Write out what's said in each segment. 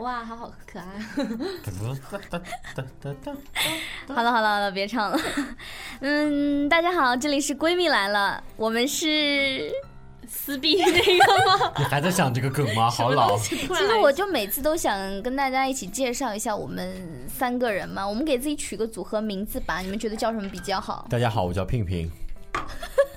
哇，好好可爱！啊好了好了好了，别唱了。嗯，大家好，这里是闺蜜来了，我们是。撕逼那个吗？ 你还在想这个梗吗？ 好老，其其实我就每次都想跟大家一起介绍一下我们三个人嘛，我们给自己取个组合名字吧，你们觉得叫什么比较好？ 大家好，我叫聘聘，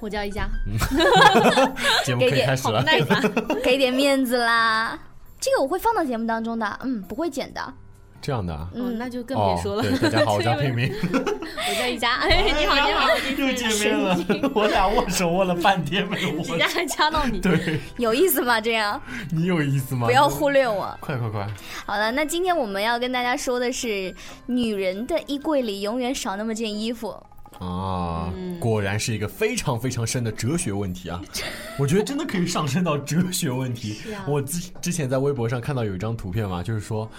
我叫一家，嗯哦节目可以给开始了。 耐烦。给点面子啦，这个我会放到节目当中的，嗯，不会剪的。 这样的啊，嗯，那就更哦别说了。对，大家好，我叫这个聘聘。我叫 一家，哎， 你好，你好， 又见面了， 我俩握手握了半天没握人。家还加到 你。对有意思吗？这样你有意思吗？不要忽略我。快快快！好了，那今天我们要跟大家说的是，女人的衣柜里永远少那么件衣服。啊，嗯果然是一个非常非常深的哲学问题啊！我觉得真的可以上升到哲学问题啊。我之之前在微博上看到有一张图片嘛，就是说。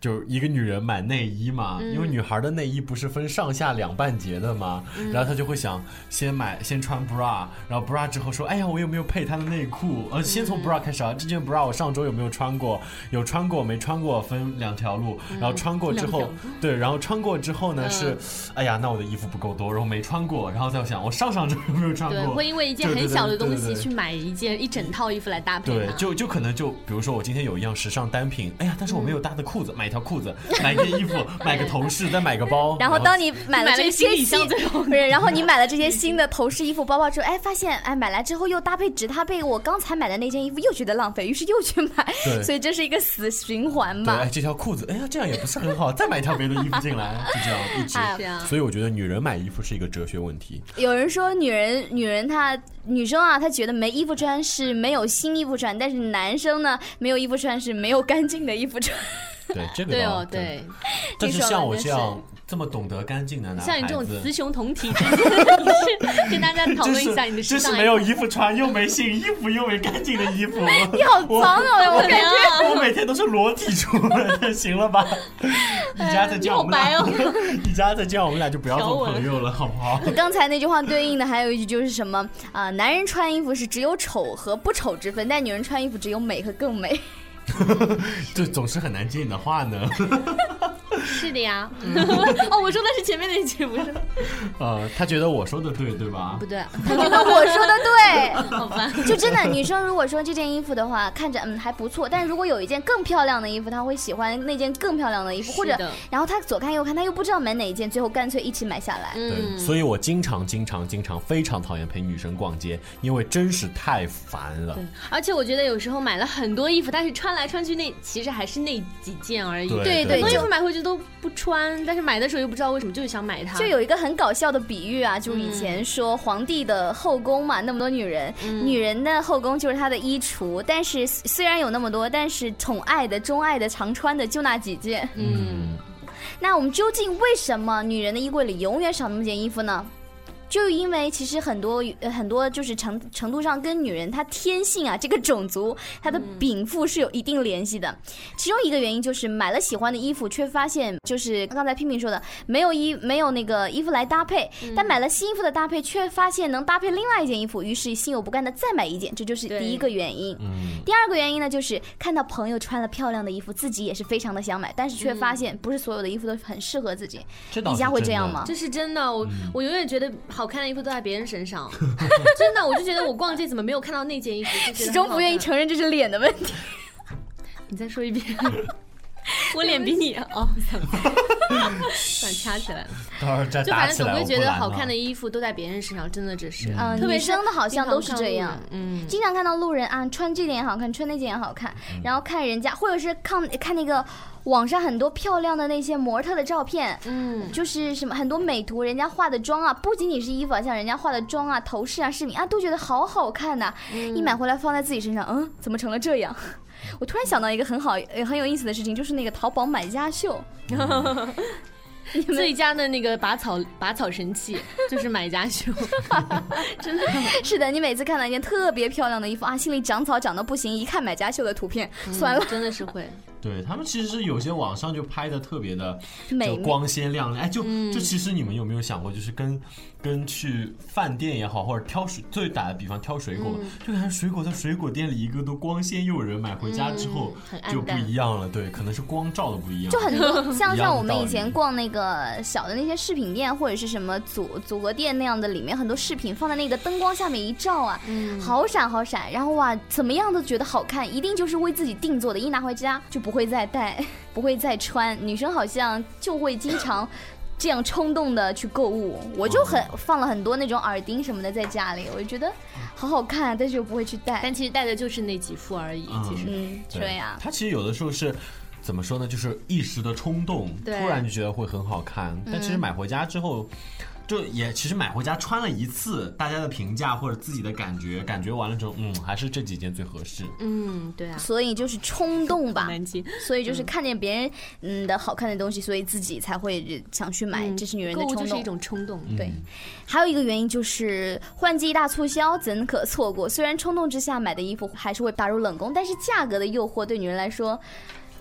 就是一个女人买内衣嘛，因为嗯女孩的内衣不是分上下两半截的嘛，然后她就会想先买先穿 bra，然后 bra 之后说，哎呀，我有没有配她的内裤？呃，先嗯从 bra 开始啊，这件 bra 我上周有没有穿过？有穿过没穿过分两条路，然后穿过之嗯两条后路，嗯对，然后穿过之后呢是，哎呀，那我的衣服不够多，然后没穿过，然后再想我上上周有没有穿对，过？会因为一件对对很对小的东对西对对去买一件一整套衣服来搭配对它，就就可能就比如说我今天有一样时尚单品，哎呀，但是我没有搭的裤子，买一条裤子， 买一件 衣服，买个头饰，再买个包，然后当你买了买了这行些李箱新，最后不是，然后你买了这些新的头饰、衣服、包包之后，哎，发现哎买来之后又搭配只搭配我刚才买的那件衣服，又觉得浪费，于是又去买，对所以这是一个死循环对，哎，吧。这条裤子，哎呀，这样也不是很好，再买一条别的衣服进 来，就这样一直。哎是啊，所以我觉得女人买衣服是一个哲学问题。有人说女人，女人她女生啊，她觉得没衣服穿是没有新衣服穿，但是男生呢，没有衣服穿是没有干净的衣服穿。 对，这个对倒哦，对，，但是听说像了我真这样这么懂得干净的男孩子，像你这 种雌雄同体，真的是跟大家讨这论是一下你的时这是尚没有衣服穿，又没新衣服，又没干净的衣服。你好脏哦我感觉我每天都是裸体出门的，行了 吧？一家再叫我们哎俩你好， 一家再叫我们俩就不要条做纹朋友了，好不 好？ 刚才那句话对应的还有一句就是什么啊、男人穿衣服是只有丑和不丑之分，但女人穿衣服只有美和更美。这总是很难接你的话呢。 是的呀。嗯 哦，我说的是前面那一句，不是？呃，他觉得我说的对，对吧不？对，她觉得我说的对。 好吧。就真的，女生如果说这件衣服的话，看着嗯还不错，但如果有一件更漂亮的衣服，她会喜欢那件更漂亮的衣服，是或者的然后她左看右看，她又不知道买哪一件，最后干脆一起买下来。对，嗯，所以我经常、经常、经常非常讨厌陪女生逛街，因为真是太烦了对。，而且我觉得有时候买了很多衣服，但是穿来穿去那其实还是那几件而已。对对对对，很多衣就服买回去都不穿，但是买的时候又不知道为什么，就是想买它。就有一个很搞笑的比喻啊，就是以前说皇帝的后宫嘛，那么多女人，女人的后宫就是她的衣橱，但是虽然有那么多，但是宠爱的、钟爱的、常穿的就那几件。嗯，那我们究竟为什么女人的衣柜里永远少那么件衣服呢？就因为其实很多呃很多就是程程度上跟女人她天性啊这个种族她的禀赋是有一定联系的，其中一个原因就是买了喜欢的衣服，却发现就是刚才拼拼说的没有衣没有那个衣服来搭配，嗯但买了新衣服的搭配，却发现能搭配另外一件衣服，于是心有不甘的再买一件，这就是对第一个原因。嗯，第二个原因呢，就是看到朋友穿了漂亮的衣服，自己也是非常的想买，但是却发嗯现不是所有的衣服都很适合自己。这你家会这样吗？？这是真的，嗯我、我永远觉得好看的衣服都在别人身上， 真的，我就觉得我逛街怎么没有看到那件衣服，就觉得始终很好不愿意看。承认这是脸的问题。你再说 一遍，我脸比你哦， 算了，算了掐起来了。到时候再就打反起正来总我会不啊觉得拦好了看的衣服都在别人身上，真的只是，嗯特别女生的好经像常都是看这路样人。嗯，经常看到路人啊，穿这件也好看，穿那件也好看，然后看人家，或者是看看那个网上很多漂亮的那些模特的照片，嗯，就是什么很多美图，人家化的妆啊，不仅仅是衣服啊，像人家化的妆啊、头饰啊、饰品啊，都觉得好好看呐、嗯一买回来放在自己身上，嗯，怎么成了这 样？我突然想到一个很好、呃很有意思的事情，就是那个淘宝买家秀， 最佳的那个拔草拔草神器就是买家秀，真的是的，你每次看 嗯到一件特别漂亮的衣服啊，心里长草长得不行，一看买家秀的图片，算了， 真的是会。对他们其实是有些网上就拍的特别的美嗯就光鲜亮丽，哎，就就其实你们有没有想过，就是跟跟去饭店也好，或者挑水，最打的比方挑水果，嗯就感觉水果在水果店里一个都光鲜诱人，买回家之后嗯很暗就不淡一样了，对，可能是光照的不一样，就很 多像一样的像我们道以前理逛那个小的那些饰品店或者是什么组组合店那样的，里面很多饰品放在那个灯光下面一照啊，好闪好闪，然后哇，怎么样都觉得好看，一定就是为自己定做的，一拿回家就不会再戴， 不会再穿。女生好像就会经常。这样冲动的去购物，我就很哦放了很多那种耳钉什么的在家里，我就觉得好好看，啊但是又不会去戴但。其实戴的就是那几副而已，其实。嗯，对呀、他其实有的时候是。怎么说呢？就是一时的冲动，突对然就觉得会很好看，嗯但其实买回家之后，就也其实买回家穿了一次，大家的评价或者自己的感觉，感觉完了之后，嗯，还是这几件最合适。嗯，对啊，所以就是冲动吧，南京所以就是看见别人嗯的好看的东西，所以自己才会想去买，这是女人的嗯购物冲就是动一。种冲动，嗯对，还有一个原因就是换季大促销，怎可错过？虽然冲动之下买的衣服还是会打入冷宫，但是价格的诱惑对女人来说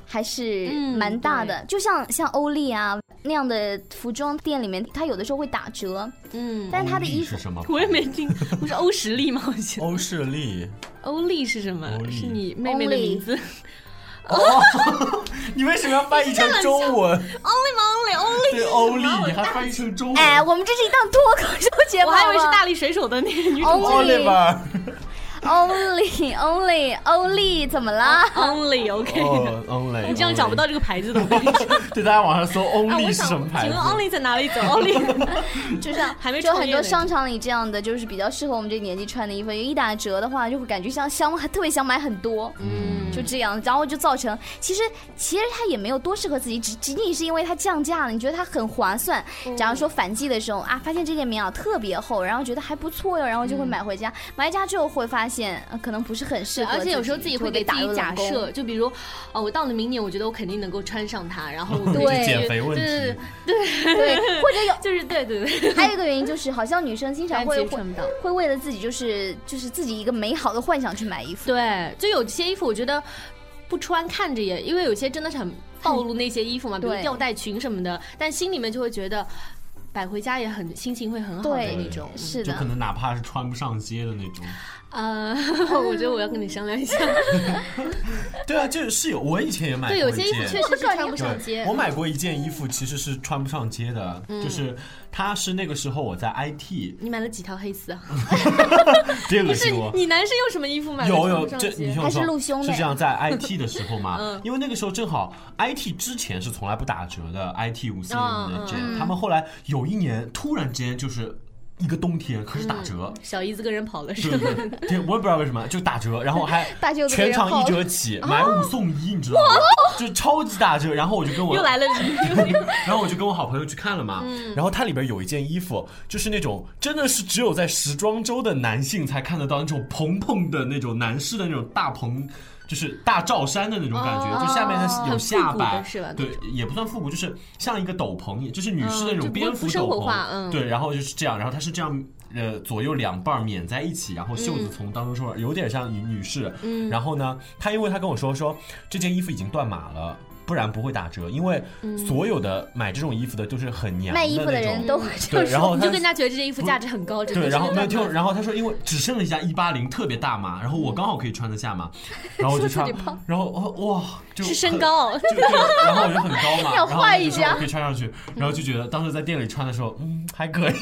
还是嗯蛮大的。就像像欧丽啊那样的服装店里面，它有的时候会打折，嗯，但是它的欧丽衣服是什么？ 我也没听，不是欧实力吗？我觉 得欧士力，欧丽是什么欧？丽是你妹妹的名字？哦 你为什么要翻译成中文？ Only 吗？Only Only 对，欧丽，你还翻译成中文？哦哎，我们这是一档脱口秀节目，我还以为是好不好大力水手的那个女主欧角。丽 Oliver， Only Only Only 怎么啦？ Only OK，哦，Only， 你这样找不到。这个牌子的。我跟你说 对，大家网上搜啊， Only 我是想什么牌请子问？Only 在哪里走？Only 就像还没就创很业多呢商场里这样的，就是比较适合我们这个年纪穿的衣服，一打折的话，就会感觉像香，还特别想买 很多，嗯，就这样，然后就造成其实其实它也没有多适合自己，只仅仅是因为它降价了，你觉得它很划算。嗯假如说反季的时候啊，发现这件棉袄特别厚，然后觉得还不错哟，然后就嗯会买回家，买回家之后会发现、呃可能不是很适合，而且有时候自己会会给自打入己假冷宫。设，就比如，哦，我到了明年，我觉得我肯定能够穿上它，然后我对是减肥问哦对对题对，对，或者有就是对对 对，还有一个原因就是，好像女生经常会但其实会穿不到会为了自己就是就是自己一个美好的幻想去买衣服。对，就有些衣服我觉得不穿看着也，因为有些真的是很暴露那些衣服嘛，比如对吊带裙什么的，但心里面就会觉得摆回家也很心情会很好的对那种。是就可的，能哪怕是穿不上街的那种。呃， 我觉得我要跟你商量一下，对啊，就是是有，我以前也买过对，一有件。些衣服确实是穿不对上街嗯我。买过一件衣服，其实是穿不上街的，就是它是那个时候我在 IT，你买了几条黑丝啊？别恶不是心你我，。 你男生用什么衣服买的有穿有，不上这你街听我还是说，露胸的是这 样，在 IT 的时候嘛，嗯因为那个时候正好 IT 之前是从来不打折的，IT 五 C 嗯的这，他们后来有一年突然之间就是一个冬天开始打 折，小姨子跟人跑了是对吧？对对，对我也不知道为什么就打折，然后还大舅子给啊全人场一薅折起，买五送一，你知道吗？就超级打折，然后我就跟我 又来了，然后我就跟我好朋友去看了嘛，嗯然后它里边有一件衣服，就是那种真的是只有在时装周的男性才看得到那种蓬蓬的那种男士的那种大蓬。就是大罩衫的那种感觉，哦就下面它有下很复古摆的是吧，对，也不算复古，就是像一个斗篷，就是女士的那嗯就种不蝙蝠不生斗活化篷，嗯对，然后就是这样，然后它是这样，呃，左右两半儿捻在一起，然后袖嗯子从当中抽出来，有点像女女士，然后呢，他因为他跟我说说这件衣服已经断码了。不然不会打折，因为嗯所有的买这种衣服的都是很娘卖衣服的那种人都会这对，样然后你他就更加觉得这件衣服价值很高，真的对，是然后没有真的听，然后他说因为只剩了一家一八零特别大码，然后嗯我刚好可以穿得下嘛，然后我就穿，然后哦哇，就是是身高，就对，然后我就很高 嘛，要然后换就一说家我可以穿上去，然后就觉得当时在店里穿的时候，嗯，还可以，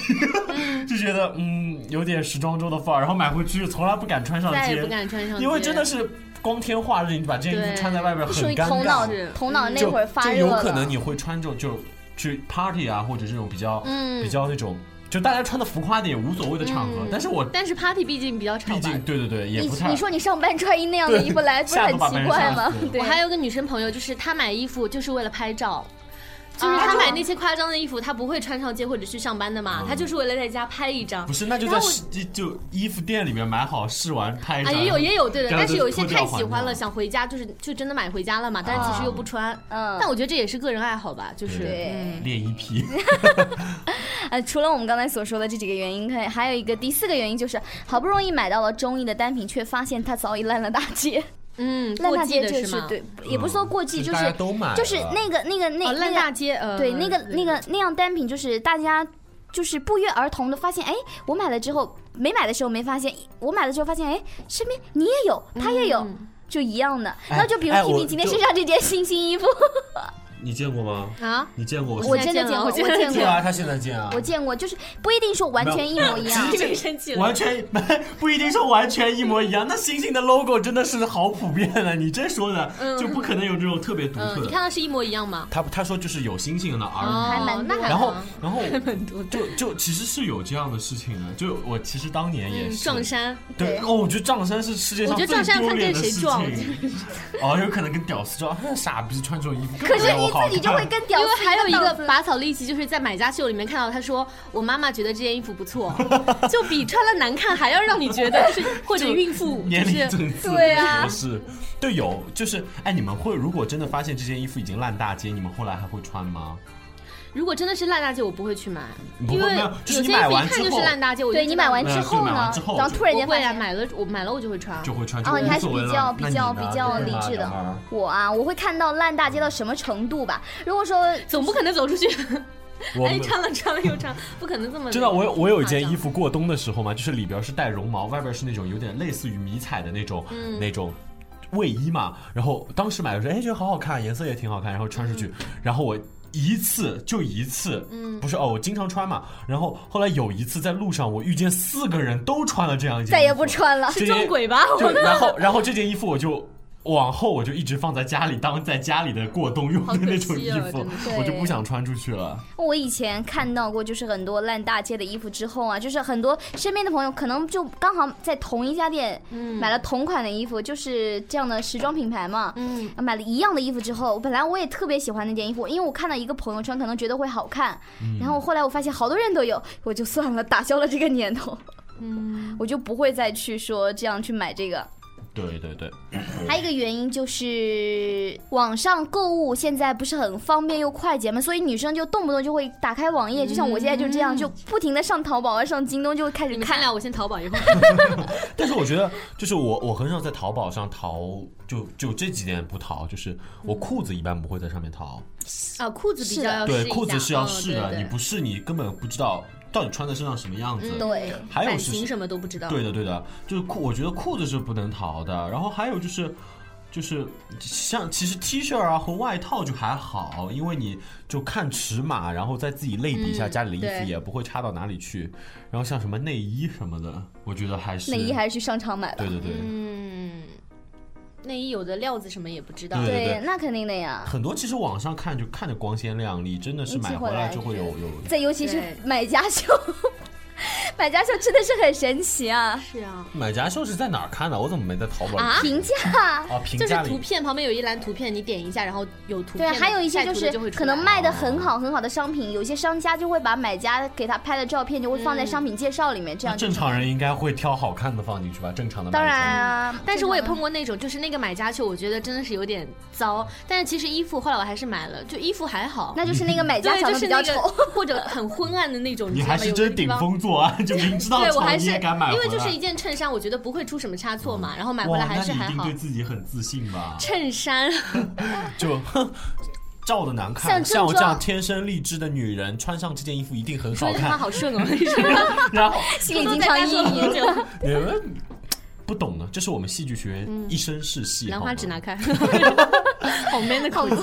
就觉得嗯有点时装周的范儿，然后买回去从来不敢穿上再也街不，敢穿上街，因为真的是光天化日，你把这件衣服对穿在外边很属于尴头尬脑尴，尬头脑那就会儿发就热有了。可能你会穿着就去 party 啊，或者这种比较嗯比较那种，就大家穿的浮夸点也无所谓的场合，但是我但是 party 毕竟比较潮毕吧竟。对对对也你不太你。说你上班穿一那样的衣服来，不是吓很得把别奇人怪吓吗死了？对啊我还有个女生朋友，就是她买衣服就是为了拍照。就是她买那些夸张的衣服，她不会穿上街或者去上班的嘛，她就是为了在家拍一张啊不。是，那就在然后试就就衣服店里面买好试完拍一啊，张也有也有对的，然后但是就有一些脱太掉还喜欢了，她想回家，就是就真的买回家了嘛，但是其实又不穿。嗯但我觉得这也是个人爱好吧，就是对嗯练一批，呃，除了我们刚才所说的这几个原因，还还有一个第四个原因就是，好不容易买到了中意的单品，却发现它早已烂了大街。嗯，烂过大季街的就是吗？对，也不是说过季，嗯就大是家都买了，就是那个那个那那哦，烂个大街，呃，对，那个那个那样单品，就是大家就是不约而同的发现，哎，我买了之后没买的时候没发现，我买了之后发现，哎，身边你也有，他也有，嗯就一样的。哎那就比如哎 Kimi 我今天就身上这件新新衣服， 你见过吗？ 啊，你见过？ 我我现真在的见见了过，我我现在见见对了过， 啊，他现在见啊我，见过，就是不一定说完全一模一样没。这个生气了完。全 不一定说完全一模一样。那星星的 logo 真的是好普遍啊！你这说的嗯就不可能有这种特别独嗯，特你的。看到是一模一样吗？他他说就是有星星的哦 R，还蛮多那还然后好然 后还蛮多的。就就其实是有这样的事情的。就我其实当年也嗯，是撞衫，对对哦，我觉得撞衫是世界上我觉最得撞衫丢看脸的跟谁事撞情。哦，有可能跟屌丝撞，哼傻逼穿这种衣服。可是根本没你有好自己就会看跟屌因丝为还有一样个子拔草利奇，就是在买家秀里面看到他说，我妈妈觉得这件衣服不错， 就比穿了难看还要让你觉得是，或者孕妇 就年龄是层次对啊合适。对，有就是哎，你们会如果真的发现这件衣服已经烂大街，你们后来还会穿吗？如果真的是烂大街，我不会去买，不会因为没有就是你些衣服一买完看之就是后烂大街，我就对知你道买完了之嗯后对买呢完之，后然后突然我间会发啊，现，买了我买了我就会穿，就会穿。哦，就你还是无所谓比了较那比你较呢比较对理吧智杨的儿。我啊，我会看到烂大街到什么程度吧。如果说总不可能走出去，我哎，穿了穿了又穿，不可能 这么真的，我有我有一嗯夸件张衣服过冬的时候嘛，就是里边是带绒毛，外边是那种有点类似于迷彩的那种、嗯那种。卫衣嘛，然后当时买的时候，哎，觉得好好看，颜色也挺好看，然后穿出嗯去，然后我一次就一次，嗯，不是哦，我经常穿嘛，然后后来有一次在路上，我遇见四个人都穿了这样一件，再也不，穿了，这件撞鬼吧，就我然后然后这件衣服我就往后我就一直放在家里当在家里的过冬用好的可那种惜衣哦服真的，是我就不想穿出去了。我以前看到过，就是很多烂大街的衣服之后啊，就是很多身边的朋友可能就刚好在同一家店买了同款的衣服，就是这样的时装品牌嘛。嗯，买了一样的衣服之后，本来我也特别喜欢那件衣服，因为我看到一个朋友穿，可能觉得会好看，然后后来我发现好多人都有， 我就算了，打消了这个念头，嗯，我就不会再去说这样去买这个。对对对，还有一个原因就是网上购物现在不是很方便又快捷嘛，所以女生就动不动就会打开网页，嗯就像我现在就这样，就不停的上淘宝啊、上京东，就会开始你们看看。俩，我先淘宝一会儿。但是我觉得，就是我我很少在淘宝上淘，就就这几年不淘，就是我裤子一般不会在上面淘。啊，裤子比是较的嗯要对试，一裤下子是要嗯试对的，对嗯你不试你根本不知道到底穿在身上什么样子。对，还有版是型什么都不知道。对的，对的，就是裤，我觉得裤子是不能淘的。然后还有就是，就是像其实 T 恤啊和外套就还好，因为你就看尺码，然后再自己类比一下嗯家里的衣对服，也不会差到哪里去。然后像什么内衣什么的，我觉得还是内衣还是去商场买吧对。对对。嗯，内衣有的料子什么也不知道。对对那肯定的呀。很多其实网上看就看着光鲜亮丽，真的是一寄买回回来来就会有有。再尤其是对买家秀， 买家秀真的是很神奇啊！是啊，买家秀是在哪儿看的？我怎么没在淘宝啊评价。啊，评就是价图里片旁边有一栏图片，你点一下，然后有图对片啊，的，还有一些晒图就的是就会出可能来卖的很好很好的商品，有些商家就会把买家给他拍的照片就会放在嗯啊商品介绍里面，这那样就正常人应该会挑好看的放进去吧？正常的当买家然啊，但是我也正常碰过那种，就是那个买家秀，我觉得真的是有点糟。但是其实衣服后来我还是买了，就衣服还好。那就是那个买家对，长就得是比较那丑。 个或者很昏暗的那种，你知道还吗是有的真地顶方风作啊 案，就明知道对我丑还你是也敢买因回来，为就是一件衬衫，我觉得不会出什么差错嘛。然后买回哇来还那是你还一定好对。自己很自信 吧？衬衫，就。 哼照的难看，像像我这正样装天生丽质的女人，穿上这件衣服一定很说好这句话看。 好顺哦，你 说然后心里经 常阴影。影。你们不懂啊呢，这是我们戏剧学院一身是戏。嗯兰好花吗指拿开，好 man 的口子。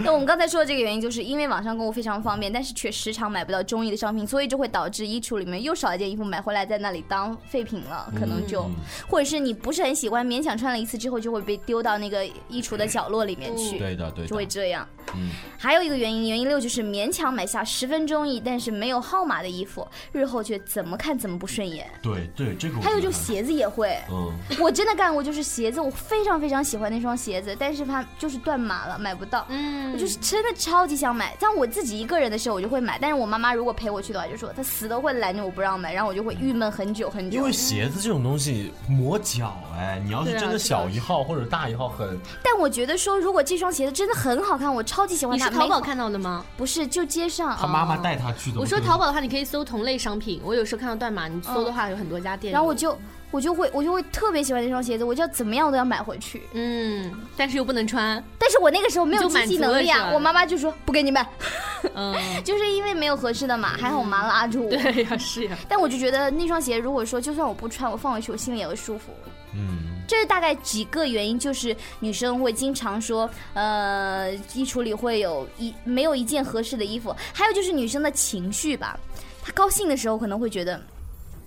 那我们刚才说的这个原因，就是因为网上购物非常方便，但是却时常买不到中意的商品，所以就会导致衣橱里面又少一件衣服，买回来在那里当废品了，可能就，嗯或者是你不是很喜欢，勉强穿了一次之后就会被丢到那个衣橱的角落里面去，对的，对就会的。这样。嗯，还有一个原因，原因六就是勉强买下十分钟意，但是没有号码的衣服，日后却怎么看怎么不顺眼。对对，这个我还有觉就得鞋子也会，嗯， 我真的干过，就是鞋子，我非常非常喜欢那双鞋子，但是它就是断码了，买不到。嗯我就是真的超级想买，但我自己一个人的时候我就会买，但是我妈妈如果陪我去的话，就说她死都会拦着我不让买，然后我就会郁闷很久很久。因为鞋子这种东西磨脚哎，你要是对啊真的小一号或者大一号很，但我觉得说，如果这双鞋子真的很好看，我超级喜欢你它。是淘宝没嗯看到的吗？不是就街上他妈妈。哦带他去的。我不说是淘宝的话，你可以搜同类商品。我有时候看到断码，你搜的话有很多家店。然后我就我就会我就会特别喜欢那双鞋子，我就要怎么样我都要买回去。嗯，但是又不能穿，但是我那个时候没有就经满济足能了力是啊，吧我妈妈就说不给你买， 嗯，就是因为没有合适的嘛。还好我妈拉住我。 对呀，是呀，但我就觉得那双鞋，如果说就算我不穿，我放回去我心里也会舒服。嗯，这大概几个原因，就是女生会经常说，呃，衣橱里会有一没有一件合适的衣服，还有就是女生的情绪吧，她高兴的时候可能会觉得。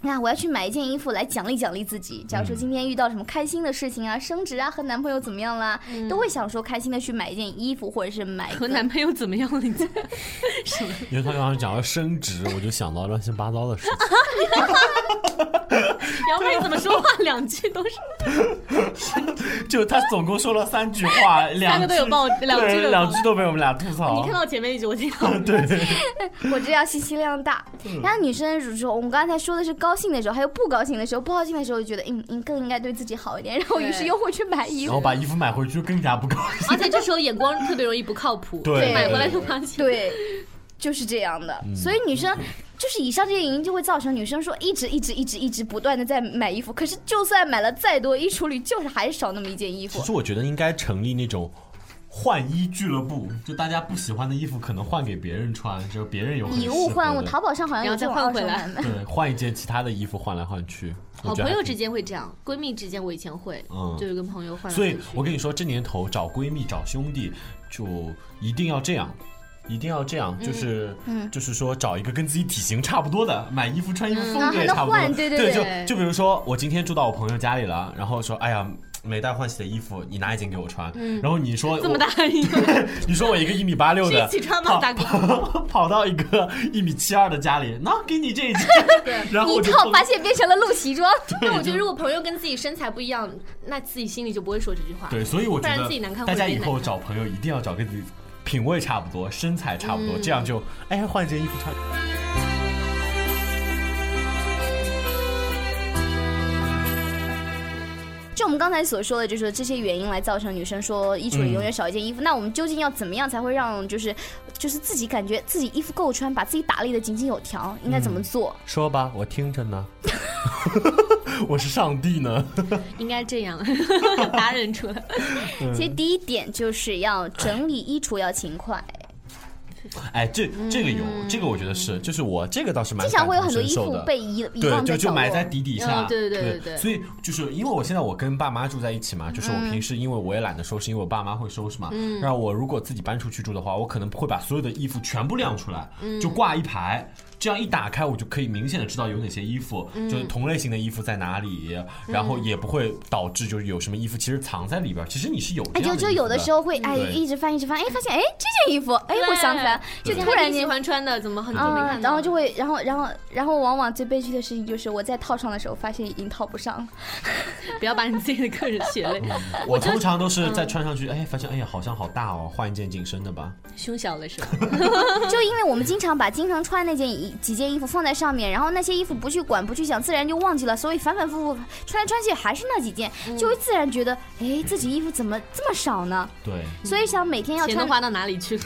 啊，我要去买一件衣服来奖励奖励自己。假如说今天遇到什么开心的事情啊，升职啊，和男朋友怎么样啦，都会想说开心的去买一件衣服，或者是买一嗯和个男朋友怎么样了？你这因为他刚刚讲到升职，我就想到乱七八糟的事情。杨梅怎么说话两句都是 就他总共说了三句 话，两三个都有句爆两句对都有两爆句都被我们俩吐槽。你看到前面一句，我听到 对， 我这样信息量大。然后女生如说，我们刚才说的是高兴的时候，还有不高兴的时候，不高兴的时候就觉得，嗯，嗯，更应该对自己好一点，然后于是又会去买衣然服后。把衣服买回去就更加不高兴。而且这时候眼光特别容易不靠谱，对买回来就发现，对，就是这样的。所以女生就是以上这些原因，就会造成女生说一直一直一直一直不断的在买衣服，可是就算买了再多，衣橱里就是还少那么一件衣服其。实我觉得应该成立那种换衣俱乐部，就大家不喜欢的衣服可能换给别人穿，就别人有很以物适合换物，的淘宝上好像有这种然二后再换手回来买卖。 对，换一件其他的衣服换来换去。我好觉得朋还友挺之间会这样，闺蜜之间我以前会，嗯就是跟朋友换来所换去。以我跟你说，这年头找闺蜜、找兄弟，就一定要这样。一定要这样，嗯就是，就是说找一个跟自己体型差不多的，买衣服穿衣服风然后格还也能差不多。换对对嗯对就就比如说，我今天住到我朋友家里了，然后说，哎呀，没带换洗的衣服，你拿一件给我穿。然后你说嗯这么大一个，你说我一个一米八 六的，是一起穿吗跑大哥跑 跑到一个一米七二的家里，那给你这一件， 然后一我就套发现变成了露脐装，但我觉得如果朋友跟自己身材不一样，那自己心里就不会说这句话。对，所以我觉不然自己难得看大会家变以后难看找朋友一定要找跟自己品味差不多、身材差不多，这样就哎换一件衣服穿。嗯就我们刚才所说的，就是这些原因来造成女生说衣橱里永嗯远少一件衣服。那我们究竟要怎么样才会让就是就是自己感觉自己衣服够穿，把自己打理的井井有条？应该嗯怎么做？说吧，我听 着呢。我是上帝呢，嗯应该这样， 达人出来。其嗯实第一点就是要整理衣橱要勤快，哎，这这个有，这个我觉得是，就是我这个倒是蛮经常会有很多感衣同身受服的被遗遗对，忘就在就角埋在落。底底下。嗯对对对对所以就是因为我现在我跟爸妈住在一起嘛，就是嗯我平时因为我也懒得收拾，因为我爸妈会收拾嘛。嗯。然后我如果自己搬出去住的话，我可能会把所有的衣服全部晾出来，嗯就挂一排。这样一打开，我就可以明显的知道有哪些衣服，嗯就是同类型的衣服在哪里，然后也不会导致就是有什么衣服其实藏在里边儿，其实你是有这哎，样就衣服就有的时候会哎嗯对一直翻一直翻，哎发现哎这件衣服，哎我想起来，就对突然你喜间欢穿的，怎么很久没看啊到，然后就会然后然后然后往往最悲剧的事情就是我在套上的时候发现已经套不上了。不要把你自己的个人血泪。我通常都嗯是在穿上去，哎，发现哎呀好像好大哦，换一件紧身的吧。胸小了是吧？就因为我们经常把经常穿那件衣几件衣服放在上面，然后那些衣服不去管不去想，自然就忘记了，所以反反复复穿来穿去还是那几件，就会自然觉得，哎，自己衣服怎么这么少呢？对，所以想每天要钱都穿，花到哪里去了？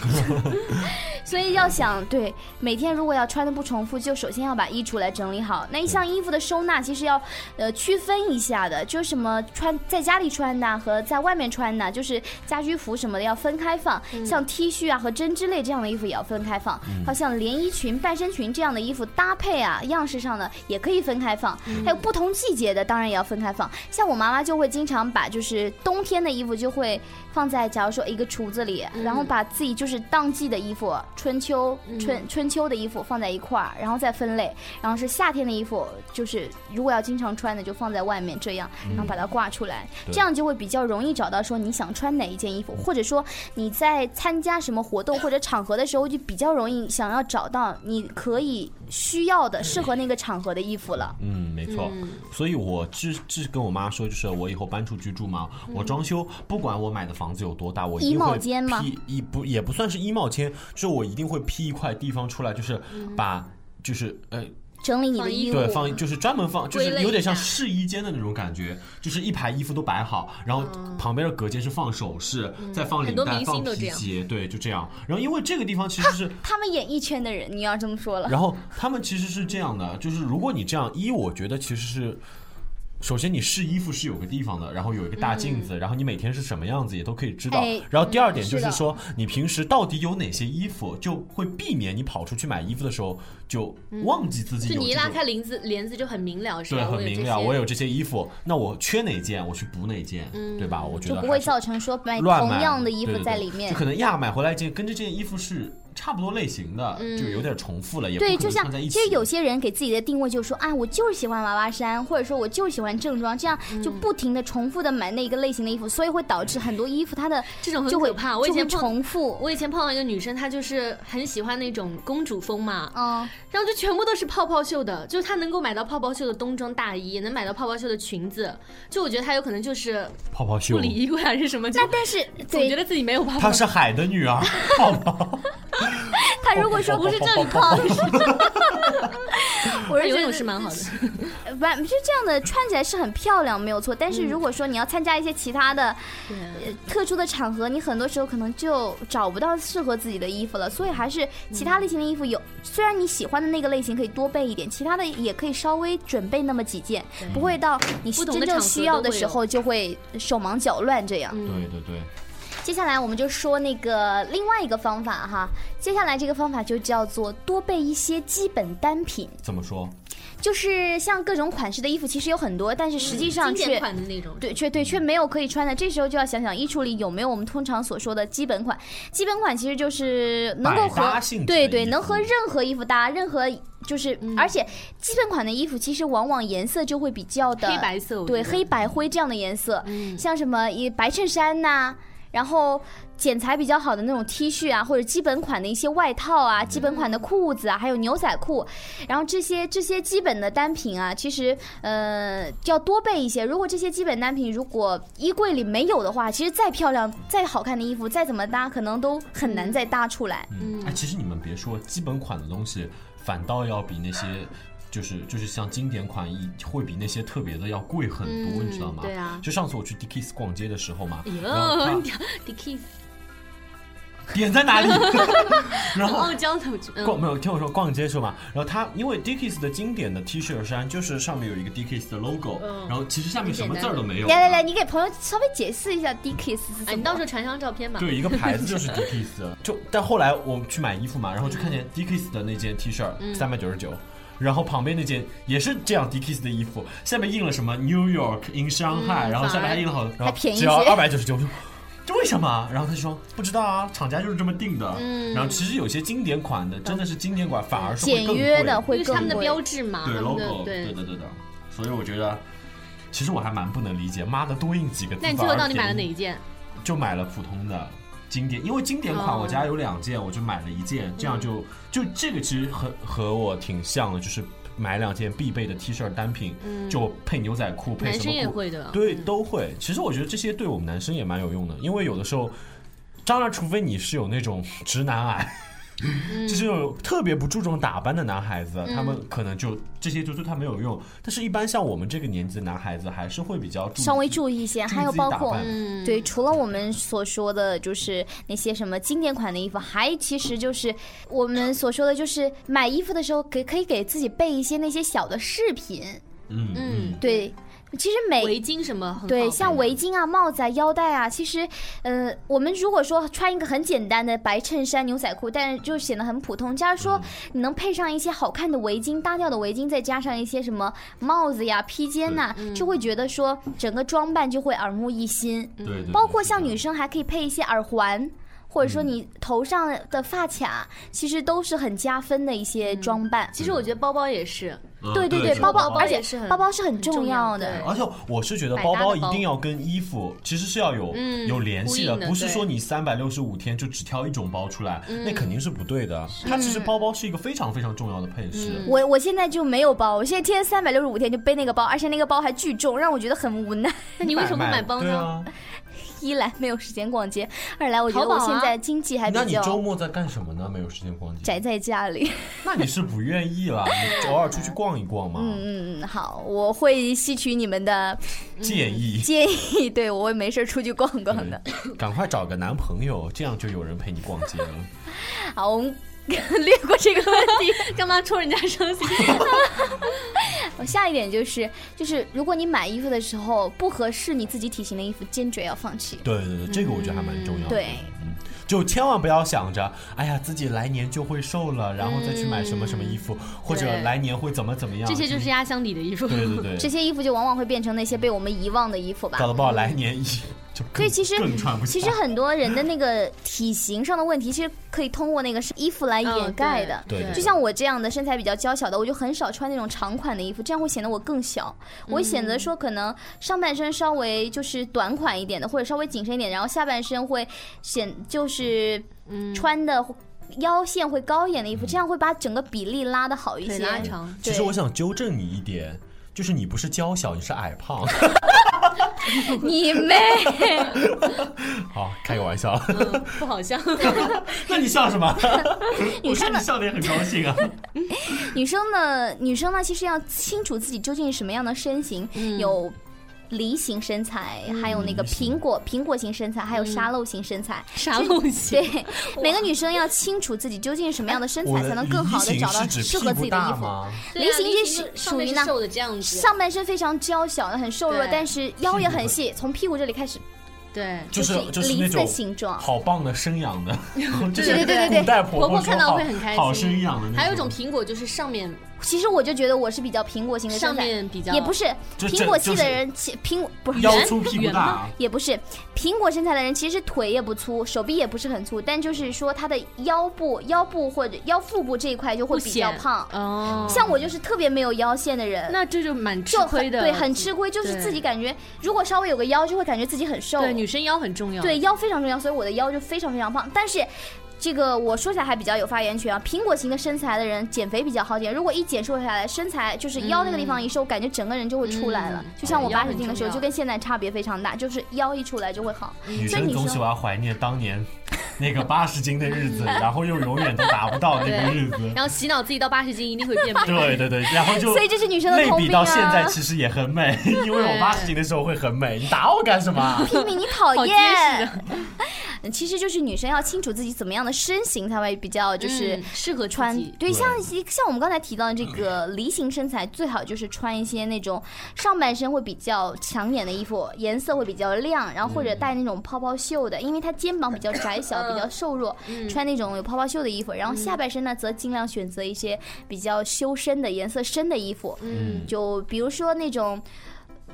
所以要想对每天如果要穿的不重复，就首先要把衣橱来整理好。那一项衣服的收纳其实要呃区分一下的，就是什么穿在家里穿的和在外面穿的，就是家居服什么的要分开放，像 T 恤啊和针织类这样的衣服也要分开放，好像连衣裙、半身裙这样的衣服搭配啊样式上的也可以分开放，还有不同季节的当然也要分开放。像我妈妈就会经常把就是冬天的衣服就会放在假如说一个橱子里，然后把自己就是当季的衣服、春秋春春秋的衣服放在一块儿，然后再分类，然后是夏天的衣服，就是如果要经常穿的就放在外面这样，然后把它挂出来，对这样就会比较容易找到说你想穿哪一件衣服，或者说你在参加什么活动或者场合的时候，就比较容易想要找到你可以需要的适合那个场合的衣服了。嗯，没错。所以我之之跟我妈说，就是我以后搬出去住嘛，嗯我装修，不管我买的房子有多大，我一定衣帽会间吗披一不也不算是衣帽间，就是我一定会批一块地方出来，就是嗯把。就是呃，整理你的放衣衣服服对，，放就是专门放，就归是类有一点像下试衣间的那种感觉，就是一排衣服都摆好，然后旁边的隔间是放首饰，再放领嗯很多带、明放星都皮这样鞋，对，就这样。然后因为这个地方其实是他们演艺圈的人，你要这么说了。 然后他们其实是这样的，就是如果你这样一，我觉得其实是首先你试衣服是有个地方的，然后有一个大镜嗯子，然后你每天是什么样子也都可以知道哎。然后第二点就嗯是的是说，你平时到底有哪些衣服，就会避免你跑出去买衣服的时候就忘记自己就有你一这拉种。开帘子，帘子就很明了，是对，吧？很我有这明些了，我有这些衣服，那我缺哪件，我去补哪件，对吧？我觉嗯就得不还会是造成说买乱同买样的衣服对对在对里面就。可能呀买回来一件跟这件衣服是差不多类型的，就有点重复了，也嗯不对，就可能像穿在一其实起有些人给自己的定位就是说啊，我就是喜欢娃娃衫，或者说我就是喜欢正装，这样就不停的重复的买那一个类型的衣服，所以会导致很多衣服它 的这种很就会可怕我以就会前碰重复，我以前碰到一个女生，她就是很喜欢那种公主风嘛，嗯，然后就全部都是泡泡袖的，就是她能够买到泡泡袖的冬装大衣，也能买到泡泡袖的裙子。就我觉得她有可能就是泡泡袖不理衣柜还是什么，就那但是总觉对得自己没有泡泡她。是海的女 儿，泡泡。他如果说不是这这里里胖胖， 我那是游觉泳得是蛮好的，呃反正就这样的穿起来是很漂亮，没有错。但是如果说你要参加一些其他的嗯对啊呃特殊的场合，你很多时候可能就找不到适合自己的衣服了。所以还是其他类型的衣服嗯有，虽然你喜欢的那个类型可以多备一点，其他的也可以稍微准备那么几件，不会到你不同的真正场合需要都的会时有嗯候就会手忙脚乱这样。对对对，接下来我们就说那个另外一个方法哈，接下来这个方法就叫做多备一些基本单品。怎么说？就是像各种款式的衣服，其实有很多，但是实际上嗯经典却、款的那种。对却对却没有可以穿的。这时候就要想想衣橱里有没有我们通常所说的基本款。基本款其实就是能够百和搭性质的对衣服对，能和任何衣服搭，任何就是、嗯而且基本款的衣服其实往往颜色就会比较的黑白色我觉对得黑白灰这样的颜色，嗯像什么一白衬衫呐、然后剪裁比较好的那种 T 恤啊，或者基本款的一些外套啊，基本款嗯的裤子啊，还有牛仔裤，然后这些这些基本的单品啊，其实呃要多备一些。如果这些基本单品如果衣柜里没有的话，其实再漂亮、再好看的衣服，再怎么搭，可能都很难再搭出来。嗯，哎，其实你们别说，基本款的东西反倒要比那些。就是就是像经典款一会比那些特别的要贵很多，嗯你知道吗？对啊哎就上次我去 Dickies 逛街的时候嘛，然后哟它，你 kiss 点在 哪里？ 然后傲娇怎么去？嗯逛没有听我说逛街是嘛？然后它因为 Dickies 的经典的 T 恤衫就是上面有一个 Dickies 的 logo，、嗯然后其实下面什么字儿都没有。啊来来来，你给朋友稍微解释一下 Dickies 是哎，什你么？到时候传张照 片吧。对，一个牌子就是 Dickies，就啊但后来我去买衣服嘛，然后就看嗯见 Dickies 的那件 T 恤三百九十九，然后旁边那件也是这样 Dickies 的衣服，下面印了什么 New York in Shanghai，、嗯然后下面还印了好，然后便宜只要些二百九十九，我说这为什么？然后他就说不知道啊，厂家就是这么定的。嗯然后其实有些经典款的真的是经典款，反而是会简更贵约的会就是更他们的贵标志嘛，对他们的 logo，对对的对的。所以我觉得，其实我还蛮不能理解，妈的多印几个字。那你最后到底买反了哪而便宜？一件？就买了普通的经典，因为经典款哦我家有两件，我就买了一件，这样就就这个其实和和我挺像的，就是买两件必备的 T 恤单品，就配牛仔裤，配男什生也么裤，会的。对，都会。其实我觉得这些对我们男生也蛮有用的，因为有的时候。当然，除非你是有那种直男癌，就是那种特别不注重打扮的男孩子，他们可能就这些就对他没有用。但是，一般像我们这个年纪的男孩子，还是会比较注意稍微自己注意一些，注意还有自己打包括扮嗯，对，除了我们所说的就是那些什么经典款的衣服，还其实就是我们所说的，就是买衣服的时候可以可以给自己备一些那些小的饰品。嗯嗯，对，其实每围巾什么很好对像围巾啊、帽子啊、腰带啊，其实呃，我们如果说穿一个很简单的白衬衫、牛仔裤，但是就显得很普通。假如说嗯你能配上一些好看的围巾、搭调的围巾，再加上一些什么帽子呀、披肩呐、嗯就会觉得说整个装扮就会耳目一新。对对对包括像是这样女生还可以配一些耳环，或者说你头上的发卡，其实都是很加分的一些嗯装扮。其实我觉得包包也是，嗯对对对，是包包，啊包包而且也是很包包是很很重重要要的。对而且我是觉得百包搭包的一包定要跟衣服其实是要有、嗯有联系呼应的不是对嗯说你三百六十五天就只挑一种包出来，那肯定是不对的。它其实包包是一个非常非常重要的配饰。嗯我我现在就没有包，我现在天天三百六十五天就背那个包，而且那个包还巨重，让我觉得很无奈。那你为什么不买包对呢？啊，一来没有时间逛街，二来我觉得淘我宝啊现在经济还那比你较周末在干什么呢？没有时间逛宅街？在家里。那你是不愿意啦， 你偶尔出去逛一逛嘛。嗯，好，我会吸取你们的嗯建议建议，对我会没事儿出去逛逛的。对赶快找个男朋友，这样就有人陪你逛街了。好，我们 略过这个问题。 干嘛戳人家伤心？我呃下一点就是，就是如果你买衣服的时候不合适你自己体型的衣服，坚决要放弃。对对对，这个我觉得还蛮重要的。对嗯，就千万不要想着，哎呀，自己来年就会瘦了，然后再去买什么什么衣服，或者对来年会怎么怎么样。这些就是压箱底的衣服。对对 对，这些衣服就往往会变成那些被我们遗忘的衣服吧搞。得不好来年一就所更以其实更穿不下。其实很多人的那个体型上的问题，其实可以通过那个衣服来嗯掩盖的。对对就像我这样的身材比较娇小的，我就很少穿那种长款的衣服，这样会显得我更小。我会显得说可能上半身稍微就是短款一点的，或者稍微紧身一点，然后下半身会显就是穿的腰线会高一点的衣服，这样会把整个比例拉的好一腿些。拉长，其实对我想纠正你一点，就是你不是娇小，你是矮 胖。 你妹！好，开个玩笑。嗯不 好笑。 那你笑什么？女我看生你的笑的也很高兴啊。女生呢，女生呢，其实要清楚自己究竟是什么样的身形，有。梨形身材，还有那个梨形苹果苹果型身材，还有沙漏型身材。啥东西？ 对，每个女生要清楚自己究竟是什么样的身我材，才能更好的梨找形到是指适屁合股自己的大衣服。吗对啊梨形梨就是就属上于面是那瘦的这样子，上半身非常娇小的，很瘦弱，对但是腰也很细，屁从屁股这里开始对。就是就就是是梨那子的种形状好棒的生养的，就对是对对对对古代婆婆婆说看到好会很开心，好生养的那种。还有一种苹果就是上面其实我就觉得我是比较苹果型的身上材，面比较也不是就苹这果系就的是人，其苹果不是腰啊圆粗屁股圆大啊吗，也不是苹果身材的人，其实腿也不粗，手臂也不是很粗，但就是说他的腰部、腰部或者腰腹部这一块就会不比较显胖。哦，像我就是特别没有腰线的人，那这就蛮吃就亏很的，对，很吃亏，就是自己感觉如果稍微有个腰，就会感觉自己很瘦。对女生腰很重要，对，腰非常重要，所以我的腰就非常非常胖。但是这个我说起来还比较有发言权啊。苹果型的身材的人减肥比较好减，如果一减瘦下来，身材就是腰那个地方一瘦，感觉整个人就会出来了。嗯就像我腰八十很斤的重时候，要就跟现在差别非常大，就是腰一出来就会好。所以女生女总喜生欢怀念当年那个八十斤的日 子，然后又永远都达不到那个日子。然后洗脑自己到八十斤一定会 变美，对对对，然后就所以这是女生的类通比病啊！到现在其实也很美，因为我对八十斤的时候会很美，你打我干什 么？啊拼 命你讨好结厌实，啊 其实就是女生要清楚自己怎么样的身形才会比较就是嗯适合自穿己对，对嗯像一像我们刚才提到的这个梨形身材，最好就是穿一些那种上半身会比较抢眼的衣服，颜色会比较亮，然后嗯或者带那种泡泡袖的，因为她肩膀比较窄小，比较嗯瘦弱，穿那种有泡泡袖的衣服。然后下半身呢，则尽量选择一些比较修身的、颜色深的衣服，嗯，就比如说那种。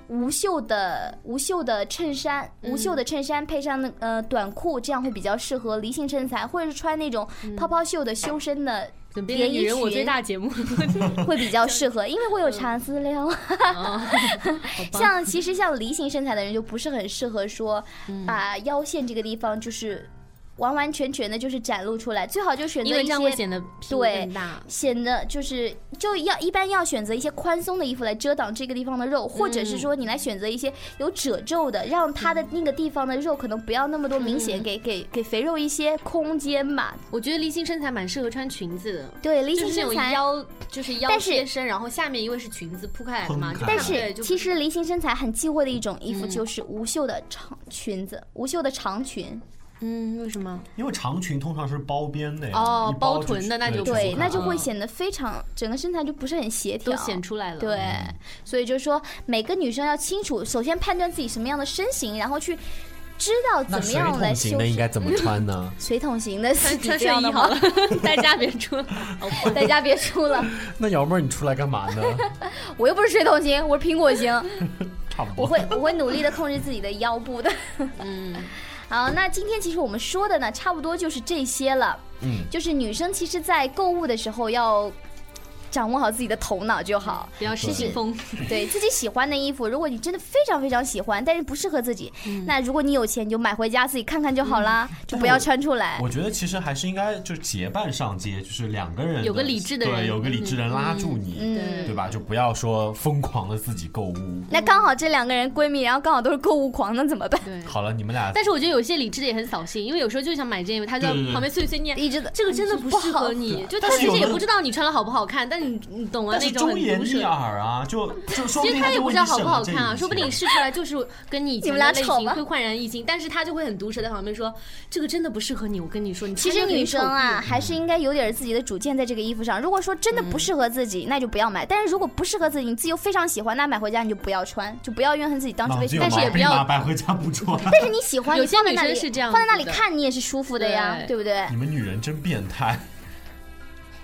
无袖的无袖的衬衫，无袖嗯的衬衫配上那呃短裤，这样会比较适合梨形身材，或者是穿那种嗯泡泡袖的修身的怎么变连成衣女人我裙最，大节 目？ 会比较适合，因为会有查资料。哦好吧像其实像梨形身材的人就不是很适合说把腰线这个地方就是嗯完完全全的就是展露出来，最好就选因择为一这样会些显得屁股对更大，显得就是就要一般要选择一些宽松的衣服来遮挡这个地方的肉，或者嗯是说你来选择一些有褶皱的，让它的那个地方的肉可能不要那么多明嗯显，给给给肥肉一些空间吧。我觉得梨形身材蛮适合穿裙子的。对，梨就形是那种身材。腰，就是腰但是贴身，然后下面因为是裙子铺开来的嘛，分就开看但不是对就其实梨形身材很忌讳的一种衣服嗯就是无袖的长裙子，无袖的长裙，嗯，为什么？因为长裙通常是包边的呀，哦一包包臀的那就就不对，那就啊会显得非常整个身材就不是很协调，都显出来了。对，所以就是说每个女生要清楚，首先判断自己什么样的身形，然后去知道怎么样来修饰。该怎么穿呢？水桶型 的穿自己穿这睡样衣的好吗哦了？，大家别出来。好吧大家别出了， 那瑶妹儿你出来干嘛 呢？我又不是水桶型，我是苹果型，差不我多。会我会努力的控制自己的腰部的。嗯，好，那今天其实我们说的呢，差不多就是这些了。嗯，就是女生其实，在购物的时候要掌握好自己的头脑就好。嗯不要失心疯。嗯对自己喜欢的衣服，如果你真的非常非常喜欢，但是不适合自己，嗯那如果你有钱，你就买回家自己看看就好啦，就不要穿出来。嗯我觉得其实还是应该就结伴上街，就是两个人的有个理智的人嗯对，有个理智人拉住你，嗯对吧？就不要说疯狂的自己购物。那刚好这两个人闺蜜，然后刚好都是购物狂，那怎么办？对，好了，你们俩但是我觉得有些理智的也很扫兴，因为有时候就想买这件衣服，他在对对对旁边碎碎念。一直的这个真的不适合你。你，就但他是其有实也的不知道你穿了好不好看，但你你你懂啊但那是种忠很言毒逆舌。耳啊， 就就说不其实定他也就不问知你什道好不么好这看啊，一说不定切试出来就是跟你以前们的俩类吵型吧会焕然一新，但是他就会很毒舌在旁边说这个真的不适合你，我跟你说，你其穿实着可以女生丑啊，毙，还是应该有点自己的主见在这个衣服上。如果说真的嗯不适合自己，那就不要买。但是如果不适合自己，你自己又非常喜欢，那买回家你就不要穿，就不要怨恨自己当初脑为子什啊有么。但但啊是是也毛不病要吧买回家不 穿。但是你喜欢，有你些放在女那生里是这样放在那子里的看你也是舒服的呀，对对不对？ 你们女人真变 态。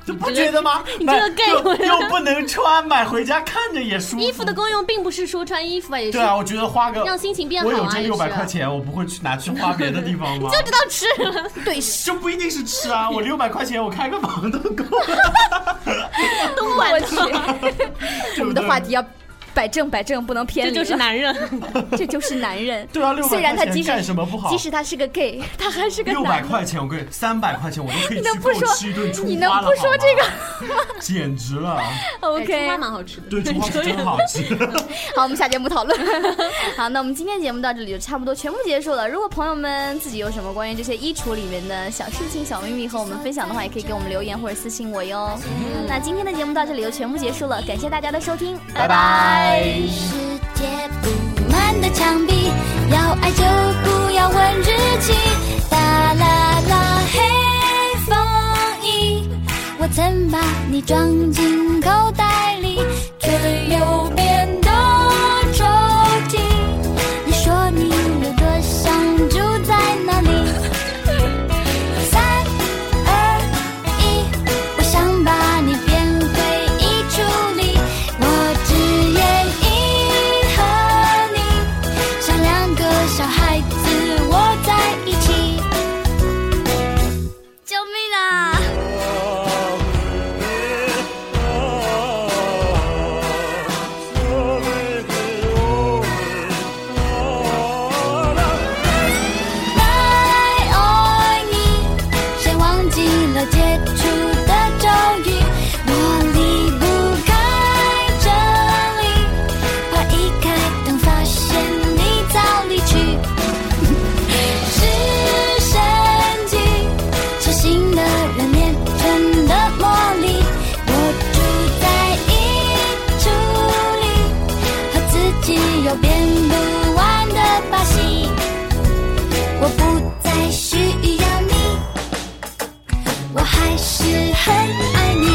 这不这个觉得吗？你买这个 gay，我又又不能穿，买回家看着也舒服。衣服的功用并不是说穿衣服啊，也是对啊，我觉得花个让心情变好我啊有这也六百是块钱，我不会去拿去花别的地 方吗？知道吃了，对，就不一定是吃啊，我六百块钱我开个房都够 了。我去，我我们的话题要摆正摆正，不能偏这离。就是，男人。这就是男人。对啊，六虽百然他块即钱使干什么不好即？使他是个 gay，他还是个六百男人。块钱，我跟你三百块钱我都可以能去不够说吃一顿出你能花了不说这个？ 简直了，啊哎 OK，出花蛮好吃的，对，出花是真好吃。 好，我们下节目讨论。好，那我们今天节目到这里就差不多全部结束了。如果朋友们自己有什么关于这些衣橱里面的小事情、小秘密和我们分享的话，也可以给我们留言或者私信我哟。那今天的节目到这里就全部结束了，感谢大家的收听，拜拜世界布满的墙壁，要爱就不要问日期。哒啦啦，黑风衣，我曾把你装进口袋里，却又变得抽屉。你说你有多想住在哪里？三二一，我想把你变回衣橱里，我只愿意和你像两个小孩子窝在一起。救命啊！来爱你，谁忘记了解除的咒语？我离不开这里，怕一开灯发现你早离去。是神迹，小心的人变成的魔力。我住在衣橱里，和自己有变不完的把戏。我不再需要你，我还是很爱你。